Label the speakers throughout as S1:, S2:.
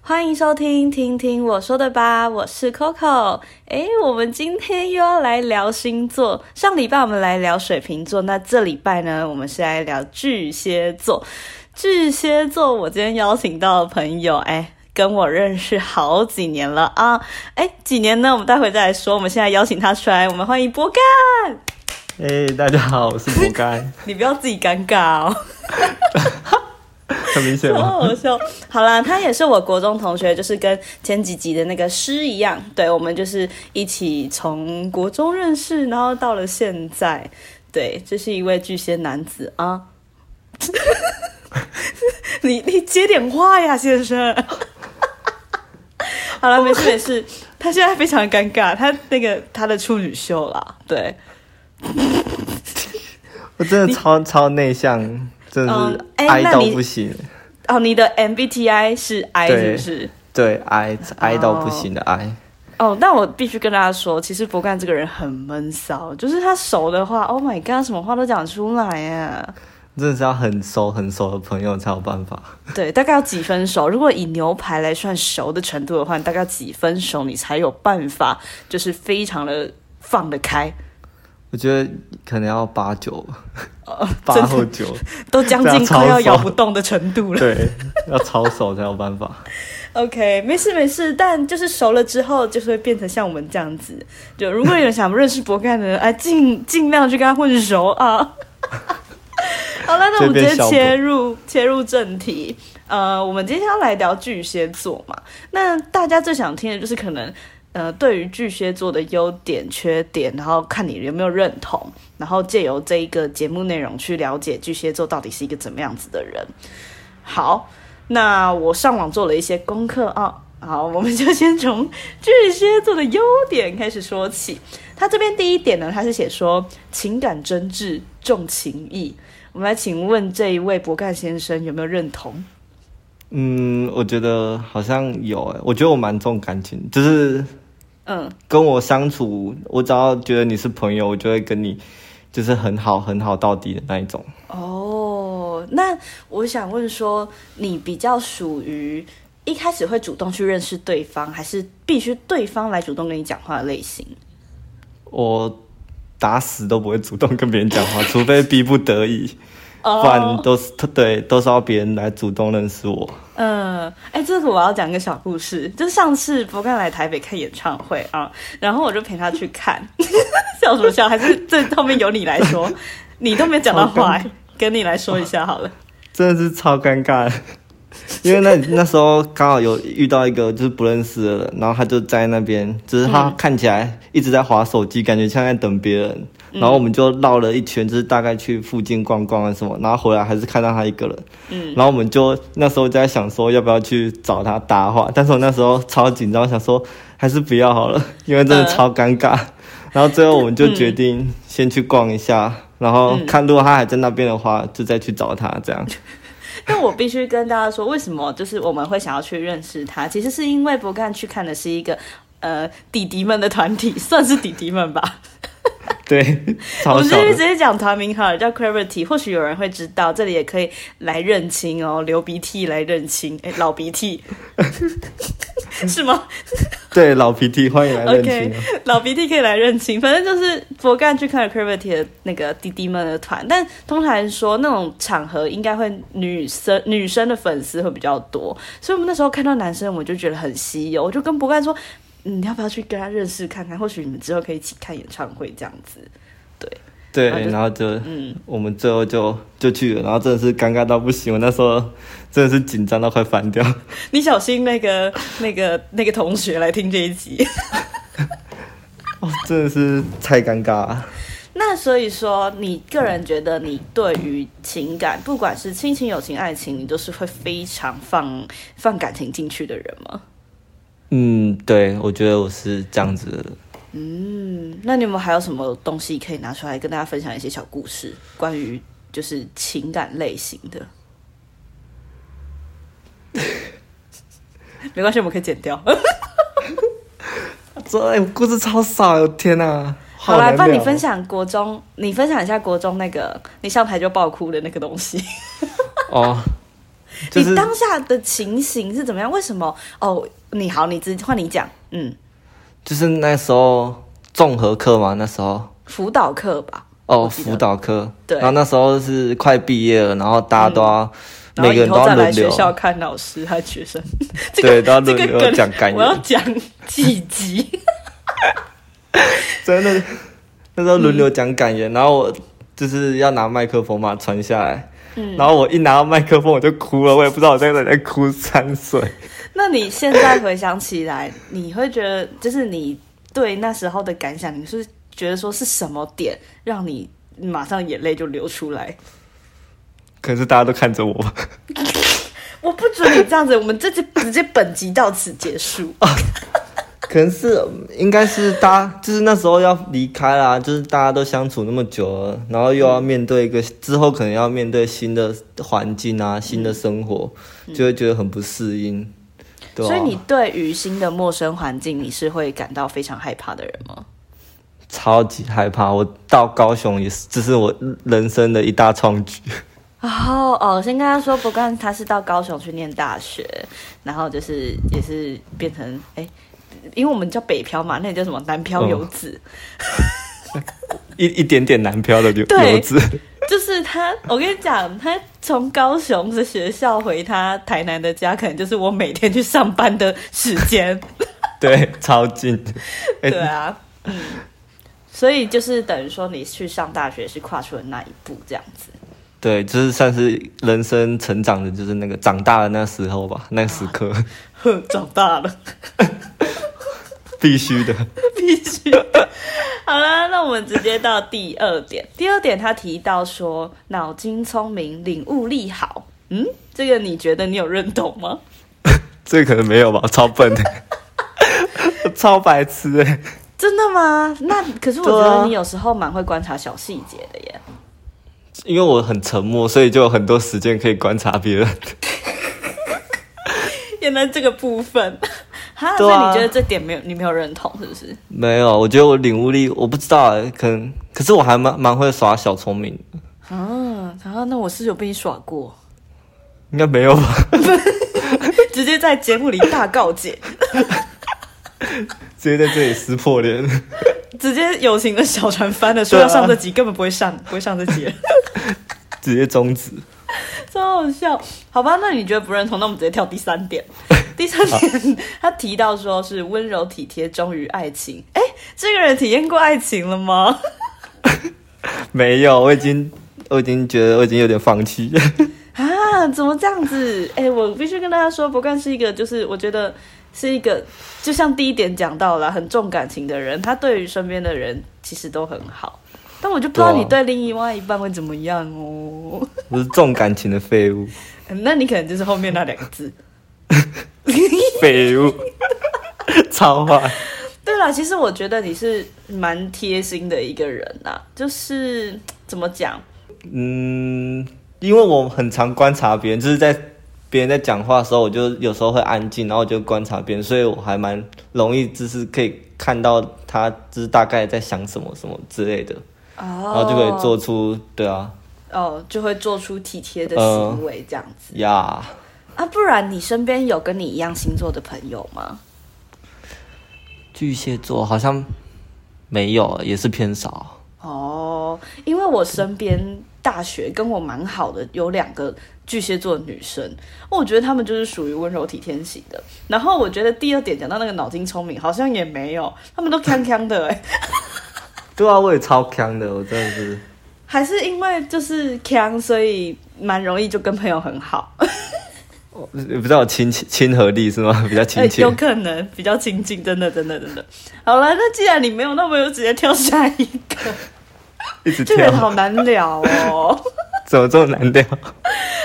S1: 欢迎收听《听听我说的吧》，我是 Coco。诶，我们今天又要来聊星座。上礼拜我们来聊水瓶座，那这礼拜呢，我们是来聊巨蟹座。巨蟹座，我今天邀请到的朋友，哎，跟我认识好几年了啊，哎，几年呢？我们待会再来说。我们现在邀请他出来，我们欢迎波干。
S2: 哎、大家好，我是博盖，
S1: 你不要自己尴尬哦，
S2: 很明显
S1: 超
S2: 吗？
S1: 好笑。好啦，他也是我国中同学，就是跟前几集的那个诗一样，对我们就是一起从国中认识，然后到了现在，对，这是一位巨蟹男子啊。 你你接点话呀，先生。 好了，没事没事，他现在非常尴尬，他那个他的处女秀啦，对，
S2: 我真的超超内向，真的是
S1: 嗯哎
S2: 哀
S1: 那
S2: 到
S1: 你
S2: 不行，
S1: 哦，你的 MBTI 是 I 是不是？
S2: 对，哀哀到不行的哀。
S1: 哦，但我必须跟大家说，其实博干这个人很闷骚，就是他熟的话，Oh my god，什么话都讲出来啊呀。
S2: 真的是要很熟很熟的朋友才有办法。
S1: 对，大概要几分熟？如果以牛排来算熟的程度的话，你大概要几分熟你才有办法，就是非常的放得开，
S2: 我觉得可能要八九，八
S1: 真
S2: 或
S1: 的
S2: 九，
S1: 都将近
S2: 这样
S1: 快
S2: 啊超
S1: 要
S2: 熟
S1: 咬不动的程度了。
S2: 对，要超熟才有办法。
S1: OK，没事没事，但就是熟了之后，就是会变成像我们这样子。就如果有人想认识博干的人，哎，尽尽量去跟他混熟啊。好了，那我们直接切入切入正题。呃，我们今天要来聊巨蟹座嘛，那大家最想听的就是可能。呃，对于巨蟹座的优点、缺点，然后看你有没有认同，然后借由这一个节目内容去了解巨蟹座到底是一个怎么样子的人。好，那我上网做了一些功课啊。好，我们就先从巨蟹座的优点开始说起。他这边第一点呢，他是写说情感真挚，重情义。我们来请问这一位博干先生有没有认同？
S2: 嗯，我觉得好像有、欸，我觉得我蛮重感情，就是
S1: 嗯，
S2: 跟我相处，我只要觉得你是朋友，我就会跟你就是很好很好到底的那一种。
S1: 哦，那我想问说，你比较属于一开始会主动去认识对方，还是必须对方来主动跟你讲话的类型？
S2: 我打死都不会主动跟别人讲话，除非逼不得已，
S1: 哦呃
S2: 不然都是对都是要别人来主动认识我。
S1: 嗯，哎、这个我要讲一个小故事，就是上次博干来台北看演唱会啊，然后我就陪他去看， 笑什么笑？还是这后面由你来说，你都没讲到话、哎跟你来说一下好了。
S2: 真的是超尴尬 的，因为那那时候刚好有遇到一个就是不认识的人，然后他就在那边，就是他看起来一直在划手机，感觉像在等别人。然后我们就绕了一圈，就是大概去附近逛逛啊什么，然后回来还是看到他一个人。嗯，然后我们就那时候就在想说要不要去找他搭话，但是我那时候超紧张，想说还是不要好了， 因为真的
S1: 嗯
S2: 超尴尬。然后最后我们就决定先去逛一下，然后看如果他还在那边的话，就再去找他这样。
S1: 但我必须跟大家说，为什么就是我们会想要去认识他，其实是因为博干去看的是一个呃弟弟们的团体，算是弟弟们吧。
S2: 对，
S1: 我
S2: 超
S1: 们这
S2: 小
S1: 边直
S2: 的。
S1: 接讲团名好了，叫 Clarity，或许有人会知道，这里也可以来认亲哦，流鼻涕来认亲，哎，老鼻涕 是吗？
S2: 对，老皮弟，欢迎来认亲啊
S1: OK，。老鼻涕可以来认亲，反正就是佛干去看了 Gravity 的那个弟弟们的团，但通常来说那种场合应该会女生女生的粉丝会比较多，所以我们那时候看到男生，我就觉得很稀有，我就跟博干说，嗯你要不要去跟他认识看看？或许你们之后可以一起看演唱会这样子。
S2: 对，
S1: 然后就
S2: 然后就
S1: 嗯，
S2: 我们最后就就去了，然后真的是尴尬到不行，我那时候真的是紧张到快翻掉。
S1: 你小心那个 那个那个同学来听这一集。
S2: 哦，真的是太尴尬了。
S1: 那所以说，你个人觉得你对于情感，不管是亲情、友情、爱情，你都是会非常放放感情进去的人吗？
S2: 嗯，对，我觉得我是这样子的人。
S1: 嗯，那你们还有什么东西可以拿出来跟大家分享一些小故事，关于就是情感类型 的？没关系，我们可以剪掉。
S2: 这、哎故事超少，我天哪、
S1: 好啦，
S2: 难
S1: 帮你
S2: 聊
S1: 分享国中，你分享一下国中那个你上台就爆哭的那个东西。
S2: 哦，就是
S1: 你当下的情形是怎么样？为什么？哦，你好，你直换你讲，嗯，
S2: 就是那时候综合课嘛，那时候
S1: 辅导课吧，
S2: 哦
S1: 我记得
S2: 辅导课，
S1: 对嗯
S2: 然后那时候是快毕业了，然后大家都要、
S1: 然后
S2: 每个
S1: 以
S2: 人都
S1: 后再
S2: 要
S1: 来
S2: 轮
S1: 学
S2: 流，
S1: 校看老师和学生， 这
S2: 对，
S1: 个
S2: 都要
S1: 这
S2: 轮
S1: 个
S2: 流
S1: 梗
S2: 讲感
S1: 我要
S2: 言，
S1: 讲几集？
S2: 真的那时候轮流讲感言，然后我就是要拿麦克风嘛传下来。
S1: 嗯
S2: 然后我一拿到麦克风我就哭了，我也不知道我在哪里在哭三岁。
S1: 那你现在回想起来，你会觉得就是你对那时候的感想，你是觉得说是什么点让你马上眼泪就流出来？
S2: 可是大家都看着我吧，
S1: 我不准你这样子，我们这次直接本集到此结束。
S2: 可能是应该是大家就是那时候要离开啦，就是大家都相处那么久了，然后又要面对一个之后可能要面对新的环境啊、新的生活，就会觉得很不适应。对、
S1: 嗯
S2: 啊，
S1: 所以你对于新的陌生环境，你是会感到非常害怕的人吗？
S2: 超级害怕。我到高雄也是，这是我人生的一大创举。
S1: 哦哦，先跟他说，不干他是到高雄去念大学，然后就是也是变成哎、因为我们叫北漂嘛，那你叫什么南漂游子？嗯
S2: 一一点点南漂的游
S1: 对
S2: 游子，
S1: 就是他，我跟你讲，他从高雄的学校回他台南的家，可能就是我每天去上班的时 间。
S2: 对，超 近。哎
S1: 对啊，嗯，所以就是等于说你去上大学是跨出了那一步，这样子。
S2: 对，就是算是人生成长的，就是那个长大的那时候吧，那时刻
S1: 啊哼，长大了。
S2: 必须的。
S1: 必须。好啦，那我们直接到第二点。第二点，他提到说脑筋聪明，领悟力好。嗯，这个你觉得你有认同吗？
S2: 这可能没有吧，超笨的， 超白痴哎、
S1: 真的吗？那可是我觉
S2: 对
S1: 得
S2: 啊
S1: 你有时候蛮会观察小细节的耶。
S2: 因为我很沉默，所以就有很多时间可以观察别人。
S1: 原来这个部分， 哈，
S2: 对
S1: 所以
S2: 啊
S1: 你觉得这点没有你没有认同是不是？
S2: 没有，我觉得我领悟力，我不知道、欸，可能，可是我还蛮蛮会耍小聪明的，
S1: 啊，然后那我是有被你耍过，
S2: 应该没有吧？
S1: 直接在节目里大告解，
S2: 直接在这里撕破脸，
S1: 直接友情的小船翻了，说要上这集根本不会上，不会上这集了。
S2: 直接终止。
S1: 超好笑。好吧，那你觉得不认同，那我们直接跳第三 点。第三点，他提到说是温柔体贴，忠于爱情。哎，这个人体验过爱情了吗？
S2: 没有，我已经，我已经觉得我已经有点放弃。
S1: 啊，怎么这样子？哎，我必须跟大家说，博干是一个，就是我觉得是一个，就像第一点讲到了，很重感情的人，他对于身边的人其实都很好。但我就不知道
S2: 对啊
S1: 你对另外一半会怎么样哦。
S2: 我是重感情的废物，
S1: 那你可能就是后面那两个字。
S2: 废物，超坏。
S1: 对啦，其实我觉得你是蛮贴心的一个人呐、就是怎么讲，
S2: 嗯，因为我很常观察别人，就是在别人在讲话的时候，我就有时候会安静，然后我就观察别人，所以我还蛮容易，就是可以看到他就是大概在想什么什么之类的，然
S1: 哦
S2: 后就可以啊做出对啊
S1: 哦，就会做出体贴的行为这样子、
S2: 呀
S1: 啊。不然你身边有跟你一样星座的朋友吗？
S2: 巨蟹座好像没有，也是偏少。
S1: 哦，因为我身边大学跟我蛮好的有两个巨蟹座的女生，我觉得她们就是属于温柔体贴型的。然后我觉得第二点讲到那个脑筋聪明，好像也没有，她们都康康的哎、
S2: 对啊，我也超强的，我真的是
S1: 还是因为就是强，所以蛮容易就跟朋友很好，
S2: 我比较有亲切亲和力是吗？ 比较亲切
S1: 哎 有。可能比较亲近，真的，真的，真的。好了，那既然你没有，那我们就直接跳下一 个，
S2: 一直
S1: 这个人
S2: 跳，
S1: 好难聊哦。
S2: 怎么这么难聊？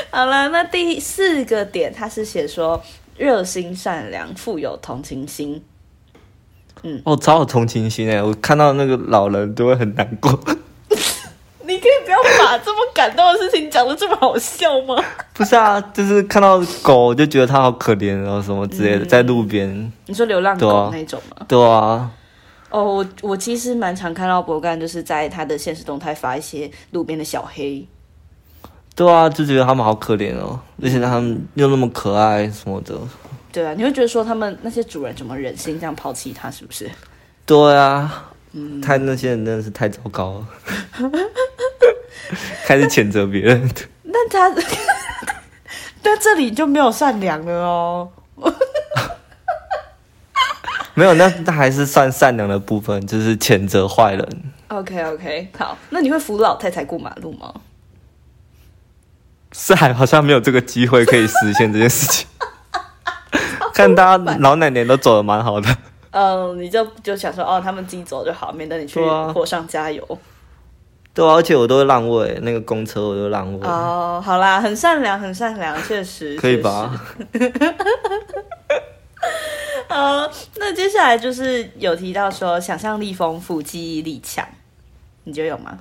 S1: 好了，那第四个点，他是写说热心、善良、富有同情心。嗯，
S2: 哦，超有同情心哎！我看到那个老人都会很难过，
S1: 你可以不要把这么感动的事情讲的这么好笑吗？
S2: 不是啊，就是看到狗就觉得它好可怜，然后什么
S1: 嗯
S2: 之类的，在路边，
S1: 你说流浪
S2: 对啊
S1: 狗那种吗？
S2: 对啊，
S1: 哦，我我其实蛮常看到博干，就是在他的现实动态发一些路边的小黑，
S2: 对啊，就觉得他们好可怜哦，而且他们又那么可爱什么的，
S1: 对啊，你会觉得说他们那些主人怎么忍心这样抛弃他，是不是？
S2: 对啊，
S1: 嗯
S2: 太那些人真的是太糟糕了， 开始谴责别人，
S1: 那他，但这里就没有善良了哦。
S2: 没有，那那还是算善良的部分，就是谴责坏人。
S1: OK OK，好，那你会扶老太太过马路吗？
S2: 是还好像没有这个机会可以实现这件事 情。看大家老奶奶都走的蛮好的，
S1: 嗯，你就就想说哦，他们自己走就好，免得你去
S2: 对啊
S1: 火上加油。
S2: 对啊，而且我都会让位，那个公车我都让位，
S1: 哦，好啦，很善良，很善良，确实
S2: 可以？吧？
S1: 确实呃，那接下来就是有提到说想象力丰富，记忆力强，你觉得有吗？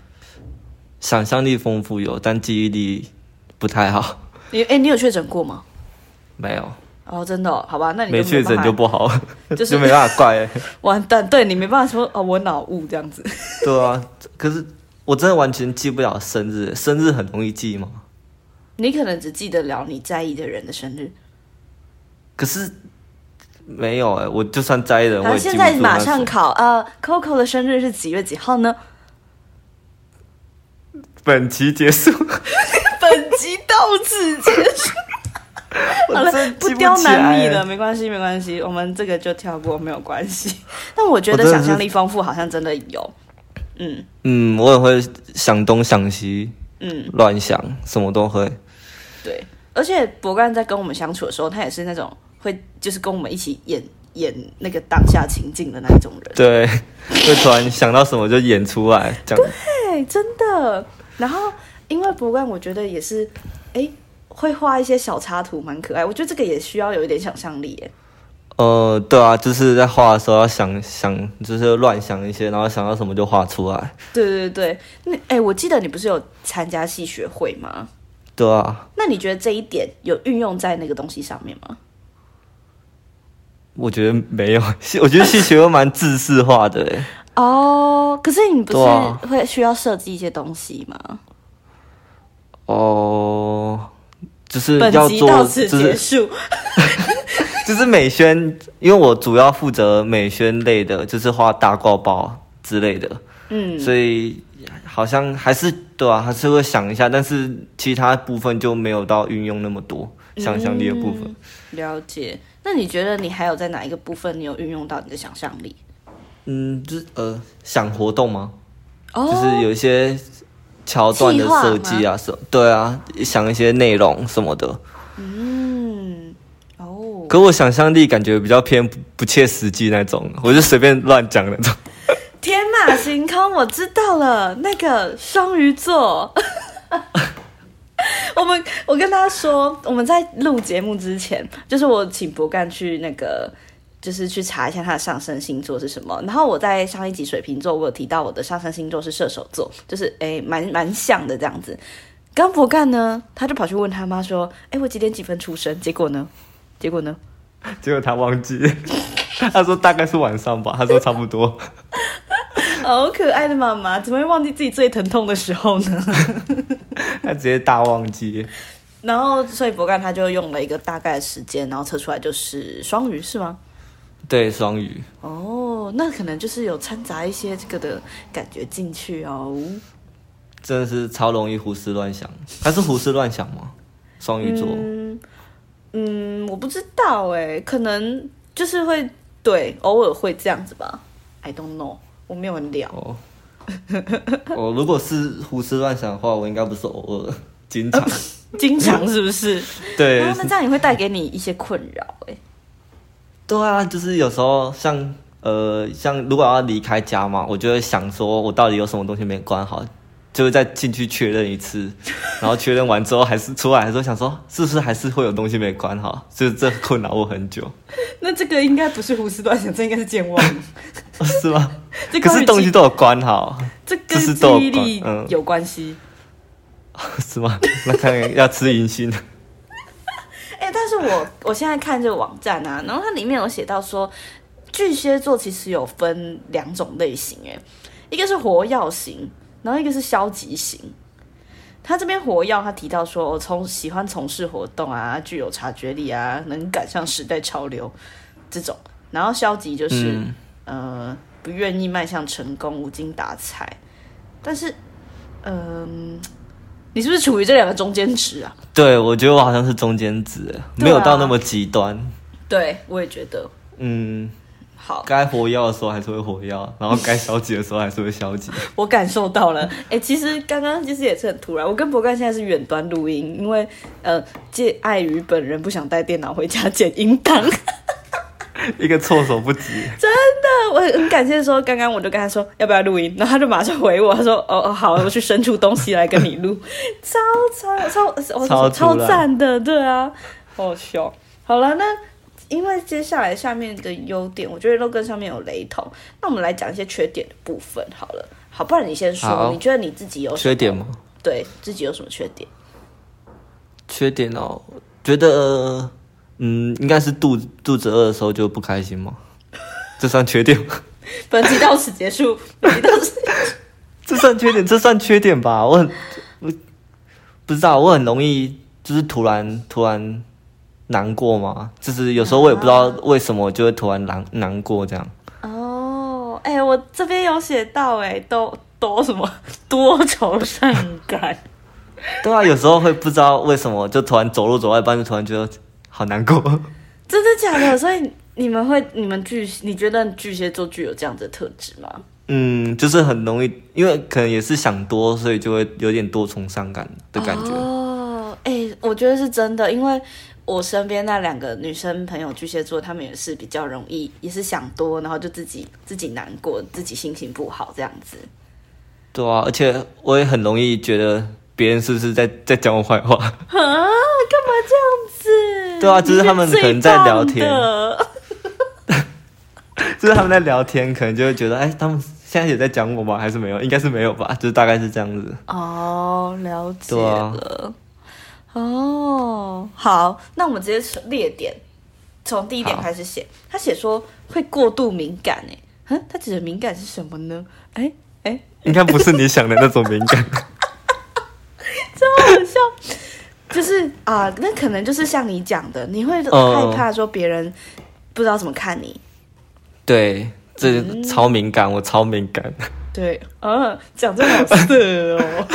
S2: 想象力丰富有，但记忆力不太好，
S1: 你哎、你有确诊过吗？
S2: 没有，
S1: 哦，真的哦、好吧，那你就
S2: 没确
S1: 办
S2: 诊
S1: 法
S2: 就不好，
S1: 就
S2: 就是没办法怪、欸。
S1: 完蛋，对你没办法说哦，我脑雾这样子。
S2: 对啊，可是我真的完全记不了生日，生日很容易记吗？
S1: 你可能只记得了你在意的人的生日，
S2: 可是没有哎、我就算摘人，我
S1: 然后
S2: 也记
S1: 现
S2: 不住
S1: 在
S2: 那
S1: 马上
S2: 是
S1: 考呃，Coco 的生日是几月几号 呢？
S2: 本期结束，
S1: 本集到此结束， 好
S2: 我
S1: 了
S2: 真，的
S1: 不
S2: 记
S1: 刁
S2: 起
S1: 难
S2: 来
S1: 你
S2: 欸
S1: 了，没关系，没关系，我们这个就跳过，没有关 系。但我觉
S2: 我
S1: 得
S2: 真的
S1: 想象
S2: 是
S1: 力丰富好像真的有，嗯
S2: 嗯，我也会想东想西，
S1: 嗯，
S2: 乱想，什么都会。
S1: 对。而且博干在跟我们相处的时候，他也是那种会就是跟我们一起演演那个当下情境的那一种人。
S2: 对， 会突然想到什么就演出来，讲
S1: 对，真的。然后因为博冠，我觉得也是，哎，会画一些小插图，蛮可爱。我觉得这个也需要有一点想象力耶。
S2: 呃，对啊，就是在画的时候要想想，就是乱想一些，然后想到什么就画出来。
S1: 对对对，那哎，我记得你不是有参加戏学会吗？
S2: 对啊，
S1: 那你觉得这一点有运用在那个东西上面吗？
S2: 我觉得没有， 戏我觉得戏学会蛮自视化的欸，
S1: 哦，可是你不
S2: 对啊
S1: 是会需要设计一些东西吗？
S2: 哦。就是
S1: 本
S2: 要
S1: 集
S2: 做
S1: 到，此
S2: 就
S1: 结
S2: 是
S1: 束。
S2: 就是美宣，因为我主要负责美宣类的，就是画大挂包之类的。
S1: 嗯，
S2: 所以好像还是对啊，还是会想一下，但是其他部分就没有到运用那么多想象力的部分。
S1: 嗯了解。那你觉得你还有在哪一个部分你有运用到你的想象力？
S2: 嗯，就是呃，想活动吗？
S1: 哦，
S2: 就是有一些桥段的设计啊，什对啊，想一些内容什么的。
S1: 嗯，哦，
S2: 可我想象力感觉比较偏不不切实际那种，我就随便乱讲那种。
S1: 天马行空，我知道了，那个双鱼座。 我们我跟大家说，我们在录节目之前，就是我请博干去那个，就是去查一下他的上升星座是什么。然后我在上一集水瓶座，我有提到我的上升星座是射手座，就是诶蛮蛮像的这样子。刚博干呢，他就跑去问他妈说：“诶，我几点几分出生？”结果呢？结果呢？
S2: 结果他忘记， 他说大概是晚上吧，他说差不多。
S1: 好可爱的妈妈，怎么会忘记自己最疼痛的时候呢？
S2: 他直接大忘记。
S1: 然后，所以博干他就用了一个大概的时间，然后测出来就是双鱼，是吗？
S2: 对，双鱼。
S1: 哦，那可能就是有掺杂一些这个的感觉进去哦。
S2: 真的是超容易胡思乱想。他是胡思乱想吗？双鱼座、
S1: 嗯，我不知道哎，可能就是会对，偶尔会这样子吧。I don't know，我没有很了。
S2: 哦，我、如果是胡思乱想的话，我应该不是偶尔，经常。
S1: 经常是不是？
S2: 对
S1: 然后那这样也会带给你一些困扰哎。
S2: 对啊，就是有时候像呃，像如果要离开家嘛，我就会想说我到底有什么东西没关好，就会再进去确认一次，然后确认完之后还是出来的时候想说，是不是还是会有东西没关好？就是这困扰我很 久，
S1: 那这个应该不是胡思乱想，这应该是健 忘。
S2: 是吗？
S1: 这
S2: 可
S1: 关于
S2: 是
S1: 记
S2: 东西都有关好，
S1: 这
S2: 这是
S1: 跟
S2: 都有
S1: 记忆力
S2: 关嗯
S1: 有关系。
S2: 是吗？那看来要吃银杏，
S1: 哎、但是我我现在看这个网站啊，然后它里面有写到说，巨蟹座其实有分两种类型，哎，一个是活跃型，然后一个是消极型。他这边活跃，他提到说，我、从喜欢从事活动啊，具有察觉力啊，能赶上时代潮流这种。然后消极就是、
S2: 嗯
S1: 呃，不愿意迈向成功，无精打采。但是，嗯、你是不是处于这两个中间值啊？
S2: 对我觉得我好像是中间值，没有到那么极端。
S1: 对，我也觉得。
S2: 嗯，
S1: 好，
S2: 该活跃的时候还是会活跃，然后该消极的时候还是会消 极。
S1: 我感受到了。哎、其实刚刚其实也是很突然，我跟博干现在是远端录音，因为呃，借碍于本人不想带电脑回家剪音档。
S2: 一个措手不及。
S1: 我很感谢说，刚刚我就跟他说要不要录音，然后他就马上回我，他说哦哦好，我去伸出东西来跟你录， 超超超我
S2: 超
S1: 超
S2: 突然
S1: 赞的，对啊，好笑。好了，那因为接下来下面的优点，我觉得都跟上面有雷同，那我们来讲一些缺点的部分好了。好，不然你先说，
S2: 好
S1: 你觉得你自己有什么
S2: 缺点吗？
S1: 对自己有什么缺点？
S2: 缺点哦，觉得呃嗯，应该是肚肚子饿的时候就不开心吗？ 这算缺点吗？
S1: 本集到此结束，本集到此。
S2: 这算缺点？这算缺点吧？我很我不知道，我很容易就是突然突然难过嘛，就是有时候我也不知道为什么我就会突然难难过这样。
S1: 哦，哎、我这边有写到、哎，都多什么多愁善感。
S2: 对啊，有时候会不知道为什么就突然走路走到一半就突然觉得好难过。
S1: 真的假的？所以你们会，你们巨，你觉得巨蟹座具有这样子的特质吗？
S2: 嗯，就是很容易，因为可能也是想多，所以就会有点多重伤感的感觉。
S1: 哦，哎、我觉得是真的，因为我身边那两个女生朋友巨蟹座，她们也是比较容易，也是想多，然后就自己自己难过，自己心情不好这样子。
S2: 对啊，而且我也很容易觉得别人是不是在在讲我坏话？
S1: 啊，干嘛这样子？
S2: 对啊就是他们
S1: 你是最
S2: 可能在聊
S1: 棒
S2: 天
S1: 的
S2: 就是他们在聊天，可能就会觉得，哎，他们现在也在讲我吗？还是没有？应该是没有吧？就是大概是这样子。
S1: 哦，了解
S2: 对啊
S1: 了。哦，好，那我们直接列点，从第一点
S2: 好
S1: 开始写。他写说会过度敏感，哎，嗯，他指的敏感是什么呢？哎哎，
S2: 应该不是你想的那种敏 感。
S1: 好笑， 就是啊，那可能就是像你讲的，你会
S2: 哦
S1: 害怕说别人不知道怎么看你。
S2: 对，这超敏感，我超敏感，
S1: 对，啊，讲这好色 哦。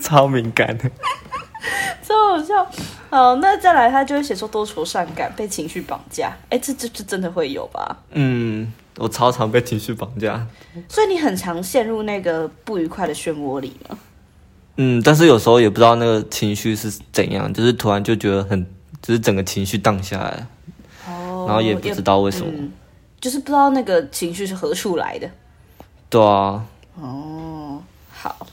S2: 超敏感。
S1: 超好笑。好，那再来，他就会写说多愁善感，被情绪绑架。哎，这这这真的会有吧？
S2: 嗯，我超常被情绪绑架。
S1: 所以你很常陷入那个不愉快的漩涡里吗？
S2: 嗯，但是有时候也不知道那个情绪是怎样，就是突然就觉得很，就是整个情绪荡下来，
S1: 哦
S2: 然后也不知道为什么。
S1: 嗯就是不知道那个情绪是何处来的。
S2: 对啊，
S1: 哦，好，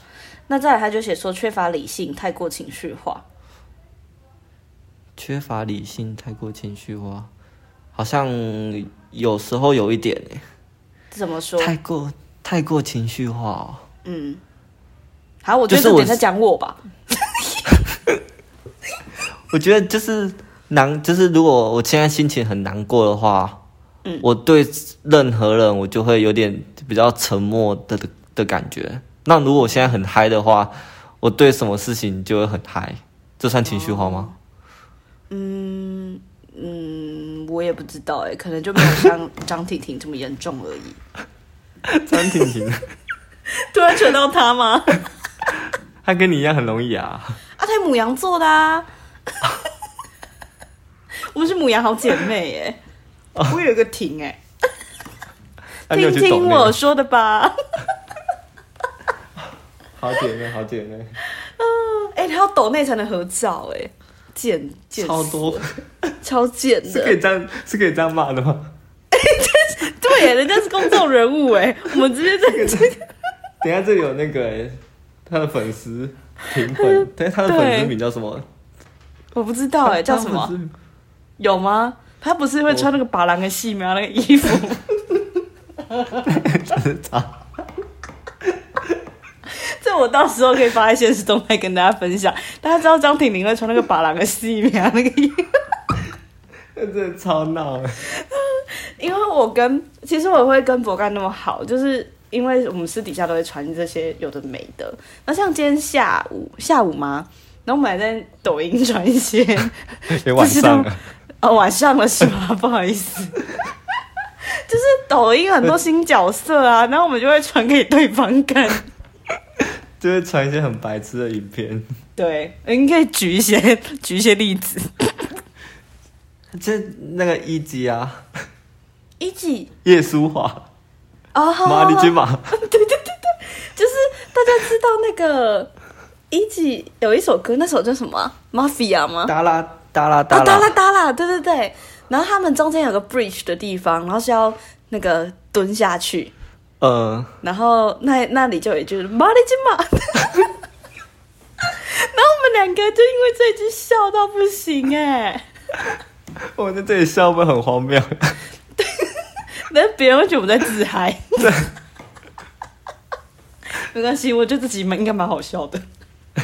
S1: 那再来，他就写说缺乏理性，太过情绪化。
S2: 缺乏理性，太过情绪化，好像有时候有一点欸、
S1: 怎么说？
S2: 太过太过情绪化、哦。
S1: 嗯，好，我觉得
S2: 就是
S1: 这
S2: 我
S1: 点在讲我吧。
S2: 我觉得就是难，就是如果我现在心情很难过的话，
S1: 嗯
S2: 我对任何人我就会有点比较沉默的的的感觉。那如果我现在很嗨的话，我对什么事情就会很嗨，这算情绪化吗？
S1: 嗯嗯，我也不知道哎、可能就没有像张 婷婷这么严重而已。哦
S2: 张婷婷，
S1: 突然扯到他吗？啊，
S2: 她跟你一样很容易啊。
S1: 他也母羊座的 啊，我们是母羊好姐妹哎、我有一个婷哎、
S2: 那哦啊你有
S1: 听
S2: 去
S1: 听
S2: 懂那个
S1: 我说的吧。
S2: 好姐妹，好姐妹，
S1: 哎、他要抖内才能合照哎、贱贱
S2: 超多，
S1: 超贱
S2: 是可
S1: 的，
S2: 以这样，是可以这样骂的吗？
S1: 对耶，人家是公众人物哎、我们直接在这个。
S2: 等一下这里有那个、欸、他的粉丝评分，但是他的粉丝名叫什么？
S1: 我不知道哎、叫什
S2: 他的
S1: 么？
S2: 粉丝
S1: 有吗？他不是会穿那个巴郎的戏吗？那个衣服，
S2: 啊，
S1: 这我到时候可以发在现实动态跟大家分享。大家知道张婷婷会穿那个巴郎的戏吗？那个衣服。
S2: 真的超闹的。
S1: 因为我跟其实我会跟博干那么好，就是因为我们私底下都会传这些有的没的。那像今天下午下午吗？然后我们还在抖音传一些，
S2: 也哎晚上
S1: 这
S2: 了
S1: 是，哦，晚上了是吗？ 不好意思，就是抖音很多新角色啊，然后我们就会传给对方 看。
S2: 就会传一些很白痴的影片。
S1: 对，你可以举一些举一些例子。
S2: 这那个一级啊，
S1: 一起
S2: 叶舒华、
S1: 哦，好
S2: 玛
S1: 好
S2: 丽
S1: 好
S2: 金马，
S1: 就是大家知道那个一起有一首歌，那首叫什么啊？Mafia 吗？
S2: 达拉达拉
S1: 啊，
S2: 达
S1: 打啦
S2: 拉，
S1: 打啦，对对对。然后他们中间有个 bridge 的地方，然后是要那个蹲下去，
S2: 嗯，
S1: 然后那那里就有一句“马里金马”，然 后我们两个就因为这一句笑到不行哎、
S2: 我在这里笑会不会很荒谬？
S1: 但是别人会觉得我们在自嗨。 没关系，我觉得自己蛮应该蛮好笑的，
S2: 你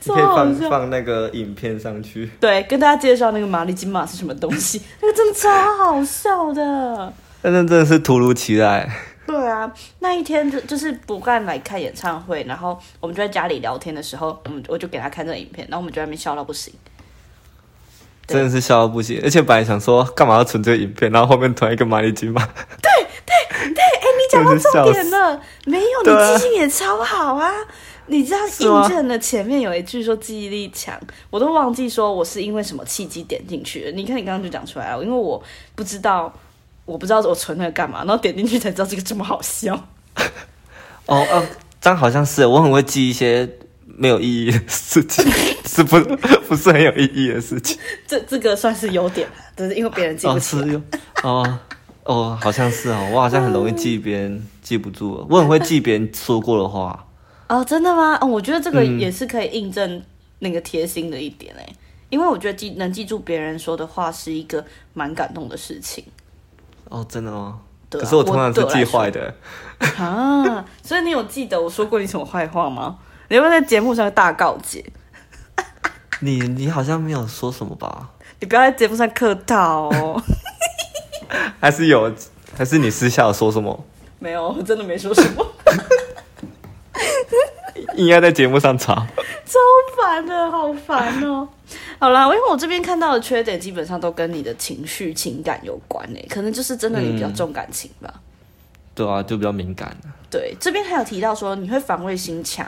S1: 超
S2: 可以
S1: 好
S2: 放
S1: 笑。
S2: 放那个影片上去。
S1: 对，跟大家介绍那个马里金马是什么东西， 那个真的超好笑的。
S2: 但那真的是突如其来，
S1: 对啊，那一天就就是不干来看演唱会，然后我们就在家里聊天的时候，我们我就给他看这个影片，然后我们就在那边笑到不行。对
S2: 真的是笑到不行。而且本来想说干嘛要存这个影片，然后后面突然一个玛丽金马，
S1: 哎、你讲到重点了，没有，
S2: 对啊
S1: 你记性也超好啊！你这样
S2: 是吗
S1: 印证了前面有一句说记忆力强，我都忘记说我是因为什么契机点进去的。你看你刚刚就讲出来了，因为我不知道，我不知道我存那个干嘛，然后点进去才知道这个这么好笑。
S2: 哦哦，这样好像是我很会记一些没有意义的事情，是不不是很有意义的事情？
S1: 这这个算是优点了，就是因为别人记不
S2: 哦，
S1: 起
S2: 是
S1: 来。
S2: 哟， 哦哦，好像是哦，我好像很容易记别人记不住了，我很会记别人说过的话。
S1: 哦，真的吗？哦，我觉得这个
S2: 嗯
S1: 也是可以印证那个贴心的一点哎、因为我觉得记能记住别人说的话是一个蛮感动的事情
S2: 哦，真的吗？
S1: 对啊
S2: 可是我通常是记坏的，
S1: 啊。所以你有记得我说过你什么坏话吗？ 你要不要在节目上大告解？
S2: 你你好像没有说什么吧？
S1: 你不要在节目上客套哦。
S2: 还是有，还是你私下有说什么？
S1: 没有，我真的没说什么，
S2: 应该在节目上查。
S1: 超烦的，好烦哦。 好啦，因为我这边看到的缺点基本上都跟你的情绪、情感有关诶、可能就是真的你比较重感情吧。
S2: 对啊，就比较敏感。
S1: 对，这边还有提到说你会防卫心强，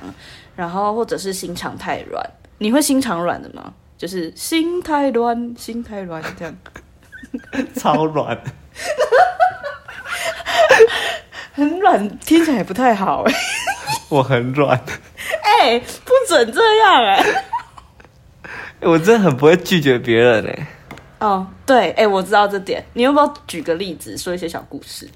S1: 然后或者是心肠太软，你会心肠软的吗？就是心太软，心太软这样，
S2: 超软，
S1: 很软，听起来也不太好哎、
S2: 我很 软，
S1: 哎、不准这样哎、
S2: 欸我真的很不会拒绝别人哎。
S1: 哦，对，哎、我知道这点，你要不要举个例子，说一些小故事？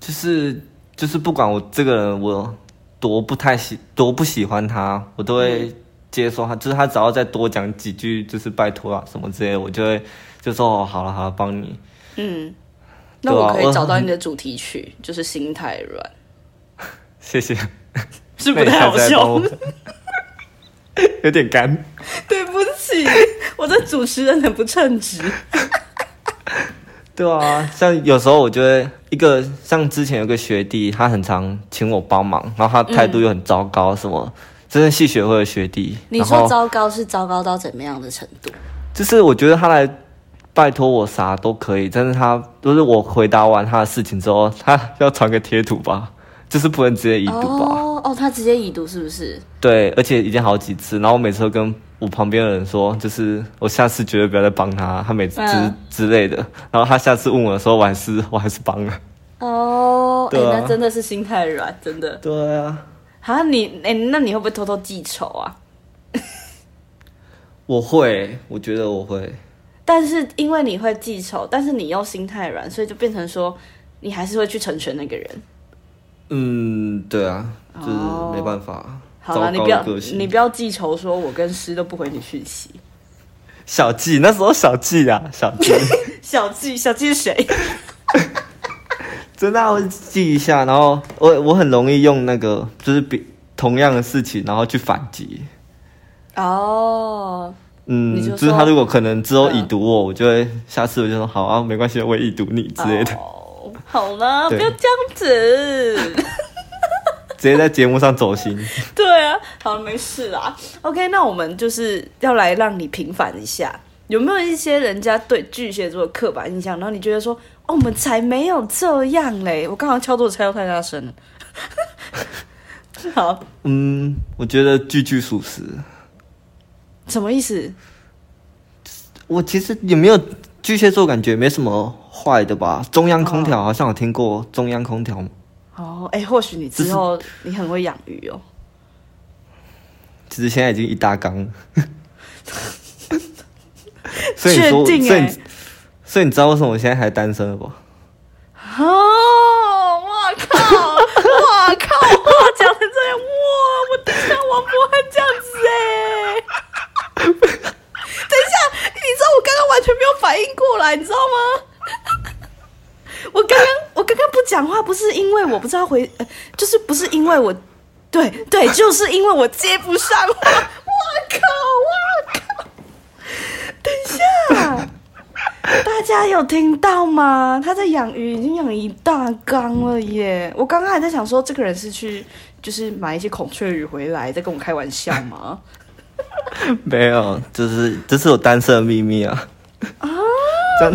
S2: 就是就是，不管我这个人我多不太喜多不喜欢他，我都会接受他。就是他只要再多讲几句，就是拜托啊什么之类的，我就会就说哦好了好了，帮你。
S1: 嗯，那
S2: 对
S1: 我
S2: 啊
S1: 可以
S2: 我
S1: 找到你的主题曲， 就是心太软，
S2: 谢谢。
S1: 是
S2: 那
S1: 不
S2: 你
S1: 太
S2: 下
S1: 好
S2: 次再帮
S1: 笑
S2: 我。，有点干。
S1: 对不起，我的主持人很不称 职。
S2: 对啊，像有时候我觉得一个像之前有个学弟，他很常请我帮忙，然后他态度又很糟糕，什么，真的系学会的学弟。
S1: 你
S2: 然
S1: 说
S2: 后
S1: 糟糕是糟糕到怎么样的程度？
S2: 就是我觉得他来拜托我啥都可以，但是他就是我回答完他的事情之后，他要传个贴图吧， 就是不能直接已读吧。
S1: 哦哦，他直接已读是不是？
S2: 对，而且已经好几次，然后我每次都跟我旁边的人说，就是我下次绝对不要再帮他，他每次之、
S1: 嗯
S2: 之类的。然后他下次问我的时候，我还是我还是帮了。
S1: 哦，哎、
S2: 对啊
S1: 那真的是心太软，真的。
S2: 对啊，
S1: 啊，你哎、那你会不会偷偷记仇啊？
S2: 我会，我觉得我会。
S1: 但是因为你会记仇，但是你又心太软，所以就变成说你还是会去成全那个人。
S2: 嗯，对啊，就是
S1: 哦
S2: 没办法，
S1: 好
S2: 糟
S1: 了，你
S2: 糕
S1: 不要
S2: 的个性。
S1: 你不要记仇，说我跟诗都不回你讯息。
S2: 小纪那时候小纪啊，小纪
S1: 小纪，小纪是谁？
S2: 真的要记一下，然后呃我我很容易用那个就是比同样的事情，然后去反击。
S1: 哦，
S2: 嗯，
S1: 你就
S2: 就是他
S1: 说
S2: 如果可能之后已
S1: 嗯
S2: 读我，我就会下次我就说好啊，没关系，我也已读你之类的，
S1: 哦好啦，不
S2: 对
S1: 要这样子。
S2: 直接在节目上 走心。
S1: 对啊，好了，没事啦。OK，那我们就是要来让你平反一下，有没有一些人家对巨蟹座的刻板印象，然后你觉得说，哦，我们才没有这样嘞？我刚刚敲桌子敲得太大声了。 好，
S2: 嗯，我觉得句句属实。
S1: 什么意思？
S2: 我其实也没有巨蟹座，感觉没什么坏的吧。中央空调好像有听过中央空调吗，
S1: 哦，哎，或许你
S2: 这
S1: 之
S2: 是
S1: 后你很会养鱼哦。
S2: 其实现在已经一大缸 了。所以你
S1: 确
S2: 说，
S1: 定
S2: 所
S1: 哎、
S2: 以你所以你知道为什么我现在还单身了吧？
S1: 哦，我靠，我靠，话讲成这样，哇！我等一下王博翰这样子哎、等一下，你知道我刚刚完全没有反应过来，你知道吗？我刚刚我刚刚不讲话，不是因为我不知道回，呃就是不是因为我，对对，就是因为我接不上话。我靠，我靠！等一下。大家有听到吗？他在养鱼，已经养一大缸了耶！我刚刚还在想说，这个人是去就是买一些孔雀鱼回来，在跟我开玩笑吗？
S2: 没有，就是这是我单身的秘密啊。
S1: 啊，
S2: 这样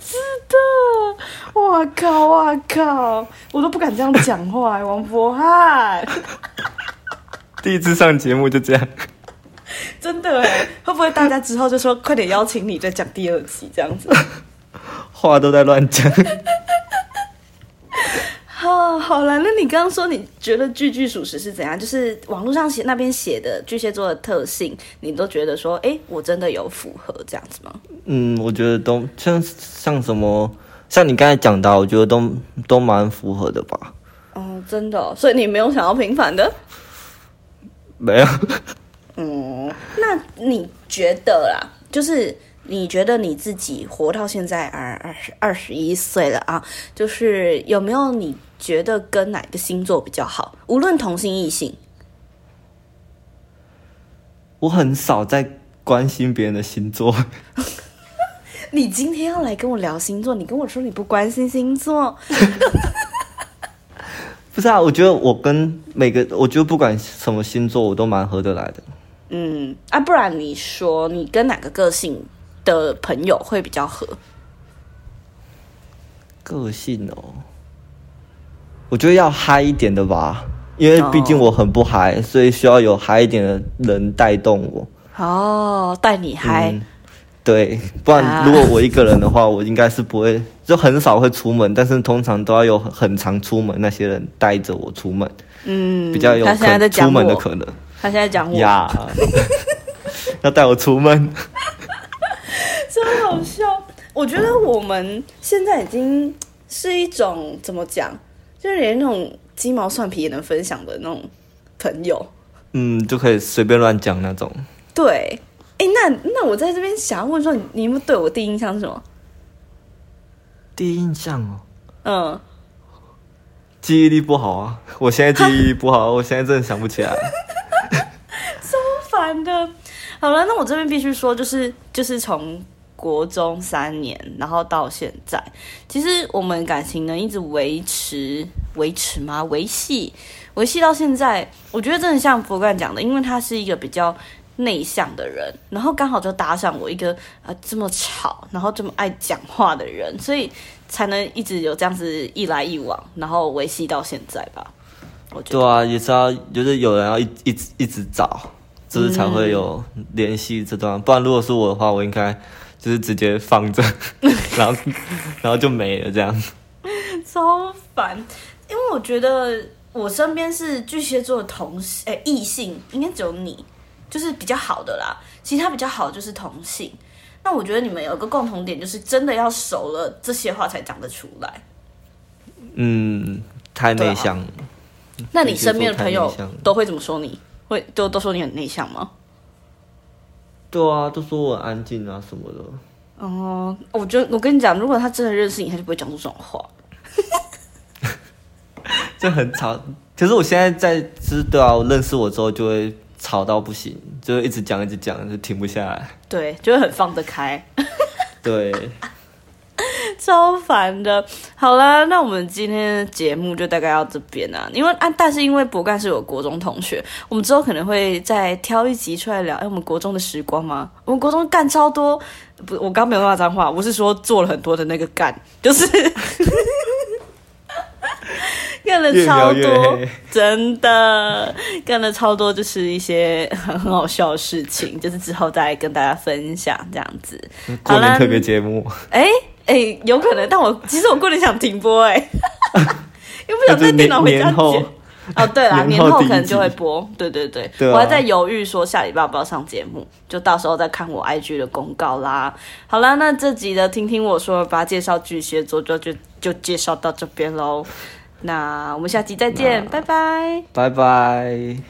S1: 是的，我靠，我靠，我都不敢这样讲话、王博翰，
S2: 第一次上节目就这样，
S1: 真的哎，会不会大家之后就说快点邀请你再讲第二集这样子？
S2: 话都在乱讲。
S1: 哦，好了，那你刚刚说你觉得句句属实是怎样？就是网络上写那边写的巨蟹座的特性，你都觉得说，哎，我真的有符合这样子吗？
S2: 嗯，我觉得都像像什么，像你刚才讲到，我觉得都都蛮符合的吧。
S1: 哦，真的哦、所以你没有想要平反的。
S2: 没有，
S1: 嗯，那你觉得啦，就是你觉得你自己活到现在二二十二十一岁了啊，就是有没有你觉得跟哪个星座比较好？无论同性异性，
S2: 我很少在关心别人的星座。
S1: 你今天要来跟我聊星座，你跟我说你不关心星座，
S2: 不是啊，我觉得我跟每个，我觉得不管什么星座，我都蛮合得来的。
S1: 嗯啊，不然你说你跟哪个个性的朋友会比较合？
S2: 个性哦，我觉得要嗨一点的吧，因为毕竟我很不嗨所以需要有嗨一点的人带动我。
S1: 哦，带你嗨、
S2: 嗯对，不
S1: 啊
S2: 然如果我一个人的话，我应该是不会，就很少会出门，但是通常都要有很很常出门那些人带着我出门，
S1: 嗯，
S2: 比较有
S1: 他现在在
S2: 可
S1: 讲
S2: 出门的
S1: 我，
S2: 可能
S1: 他现在讲我，
S2: 呀。 要带我出门，
S1: 真好笑。我觉得我们现在已经是一种怎么讲，就是连那种鸡毛蒜皮也能分享的那种朋友。
S2: 嗯，就可以随便乱讲那种。
S1: 对，哎，那那我在这边想要问说，你你们对我第一印象是什么？
S2: 第一印象哦，
S1: 嗯，
S2: 记忆力不好啊！我现在记忆力不好，我现在真的想不起来。
S1: 烦的。好了，那我这边必须说，就是就是从国中三年，然后到现在，其实我们感情呢一直维持维持吗？维系维系到现在，我觉得真的像佛干讲的，因为他是一个比较。内向的人，然后刚好就搭上我一个呃这么吵，然后这么爱讲话的人，所以才能一直有这样子一来一往，然后维系到现在吧。我觉得
S2: 对啊，也是要，就是有人要一一直一直找，就是才会有联系这段。不然如果是我的话，我应该就是直接放 着，然后然后就没了这样。
S1: 超烦，因为我觉得我身边是巨蟹座的同性，哎、异性应该只有你，就是比较好的啦。其他比较好就是同性。那我觉得你们有个共同点，就是真的要熟了，这些话才讲得出来。
S2: 嗯，太内向了。嗯
S1: 那你身边的朋友
S2: 太内向了
S1: 都会怎么说你？会都都说你很内向吗？
S2: 对啊，都说我很安静啊什么的。
S1: 哦、我觉得我跟你讲，如果他真的认识你，他就不会讲出这种话。
S2: 这很吵。可是我现在在，就是对啊，我认识我之后就会吵到不行，就会一直讲一直讲，就停不下来。
S1: 对，就会很放得开，
S2: 对，
S1: 超烦的。好啦，那我们今天的节目就大概到这边啦、因为啊，但是因为博干是我国中同学，我们之后可能会再挑一集出来聊。哎，我们国中的时光吗？我们国中干超多，不，我刚没有骂脏话，我是说做了很多的那个干，就是 干了
S2: 越
S1: 超
S2: 描
S1: 多。
S2: 越黑。
S1: 真的干了超多，就是一些很很好笑的事情，就是之后再跟大家分享这样子。
S2: 过
S1: 好啦
S2: 年特别节目，
S1: 哎哎、有可能，但我其实我过年想停播哎、 又不
S2: 那
S1: 想
S2: 就是
S1: 在电脑
S2: 哎
S1: 回
S2: 年
S1: 家剪
S2: 年后。
S1: 哦，对啦，年
S2: 年后
S1: 后
S2: 第
S1: 可
S2: 一
S1: 能就
S2: 集
S1: 会播，对对对，
S2: 对啊
S1: 我还在犹豫说下礼拜要不要上节目，就到时候再看我 IG 的公告啦。好啦，那这集的听听我说吧，介绍巨蟹座就就就介绍到这边喽，那我们下集再见，拜拜。
S2: 拜拜。